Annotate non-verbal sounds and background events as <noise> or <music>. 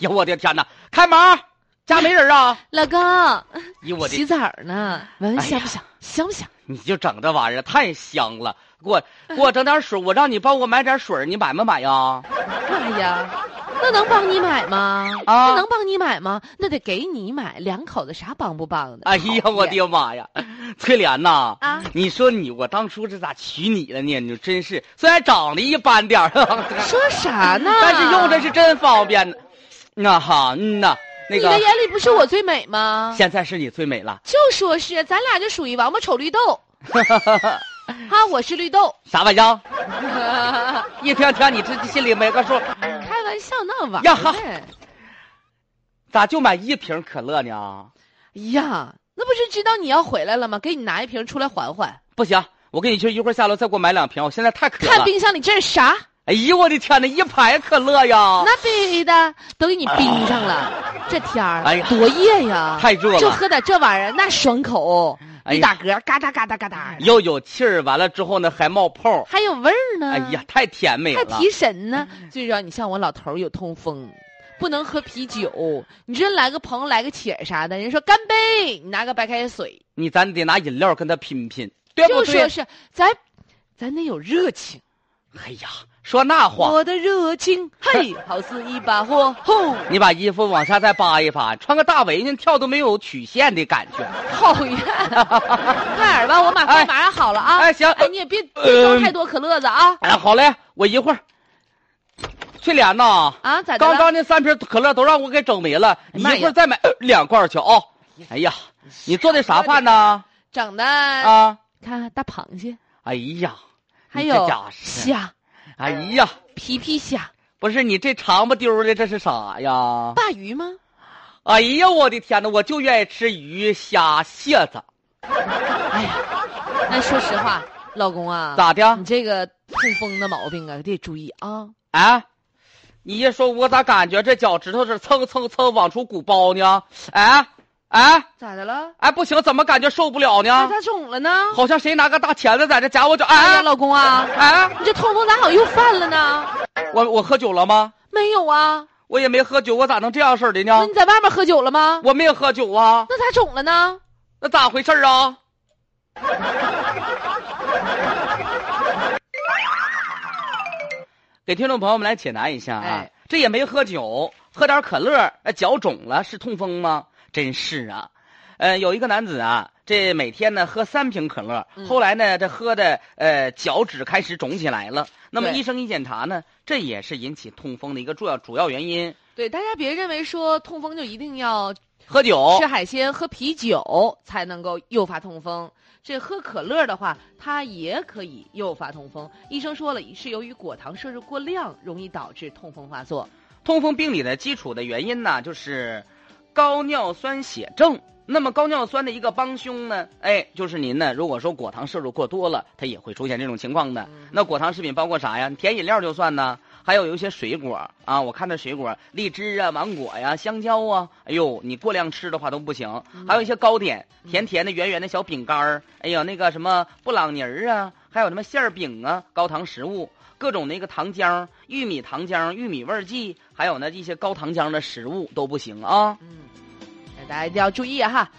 呀，我的天哪！开门，家没人啊！老公，咦，我洗的，澡呢，闻闻哎呀香不香？香不香？你就整这玩意儿太香了，给我给我整点水，我让你帮我买点水，你买没买啊哎呀？干啥呀？那能帮你买吗？啊那能帮你买吗？那得给你买，两口子啥帮不帮的？哎呀，我讨厌的嗯妈呀！翠莲呐，啊你说你我当初这咋娶你了呢？你说真是，虽然长得一般点儿，说啥呢？但是用着是真方便呢。那哈，嗯呐，那你的个啊眼里不是我最美吗？现在是你最美了，就说是咱俩就属于王八瞅 <laughs> 绿豆，哈，我是绿豆， <laughs> 啥玩意儿？开一天天你这心里没个数，玩笑闹玩呀哈呢。哎咋就买一瓶可乐呢？呀，那不是知道你要回来了吗？给你拿一瓶出来缓缓。不行，我跟你去，一会儿下楼再给我买两瓶，我现在太渴看了。冰箱里这是啥？哎呦我的天哪，一排可乐呀！那必须的，都给你冰上了。这天啊儿，哎呀多热呀！太热了就喝点这玩意儿，那爽口。哎呀一打嗝，嘎哒嘎哒嘎哒，又有气儿，完了之后呢还冒泡，还有味儿呢。哎呀，，太甜美还了。提神呢。最主要，你像我老头儿有痛风，不能喝啤酒。你说来个朋友来个铁啥的，人家说干杯，你拿个白开水，你咱得拿饮料跟他拼拼，对哎不就对说？是咱，咱得有热情。哎呀，说那话，哎我的热情，嘿，好似一把火，吼，你把衣服往下再扒一扒，穿个大围裙跳都没有曲线的感觉。讨 <laughs> 厌！快点吧，我马哎上马上好了啊！哎行哎，你也别呃别装太多可乐子啊！哎，好嘞，我一会儿。翠莲呐，啊，咋的了？哎刚刚那三瓶可乐都让我给整没了，你妈呀一会儿再买呃两罐去啊。哎呀，你做的啥饭呢？整的，啊，看看大螃蟹，哎呀，还你有这家是，虾，哎呀，皮皮虾，不是你这长不丢的，这是啥呀？鲅鱼吗？哎呀，我的天哪，我就愿意吃鱼、虾、蟹子，哎呀，那说实话，老公啊，咋的？你这个痛风的毛病啊，得注意啊！啊，你一说，我咋感觉这脚趾头是蹭蹭蹭往出鼓包呢？哎，哎，咋的了？哎，不行，怎么感觉受不了那呢？咋肿了呢？好像谁拿个大钳子在这夹我脚。啊哎哎呀，老公啊，哎，你这痛风咋好像又犯了呢？我我喝酒了吗？没有啊？我也没喝酒，我咋能这样式儿的呢那？你在外面喝酒了吗？我没有喝酒啊，那咋肿了呢？那咋回事儿啊？给听众朋友们来解答一下啊，哎这也没喝酒，喝点可乐，哎，脚肿了是痛风吗？真是啊，呃，有一个男子啊，这每天呢喝三瓶可乐，嗯后来呢这喝的呃脚趾开始肿起来了，那么对医生一检查呢，这也是引起痛风的一个主要主要原因，对，大家别认为说痛风就一定要喝酒吃。海鲜、喝啤酒才能够诱发痛风。这喝可乐的话，它也可以诱发痛风。医生说了，是由于果糖摄入过量，容易导致痛风发作。痛风病理的基础的原因呢，就是高尿酸血症。那么高尿酸的一个帮凶呢，哎，就是您呢。如果说果糖摄入过多了，它也会出现这种情况的。那果糖食品包括啥呀？甜饮料就算呢，还有有一些水果啊，我看那水果，荔枝啊、芒果呀、香蕉啊，哎呦，你过量吃的话都不行。还有一些糕点，甜甜的、圆圆的小饼干儿，哎呀，那个什么布朗尼儿啊，还有什么馅儿饼啊，高糖食物。各种那个糖浆，玉米糖浆、玉米味儿剂，还有呢一些高糖浆的食物都不行啊。嗯，大家一定要注意啊哈。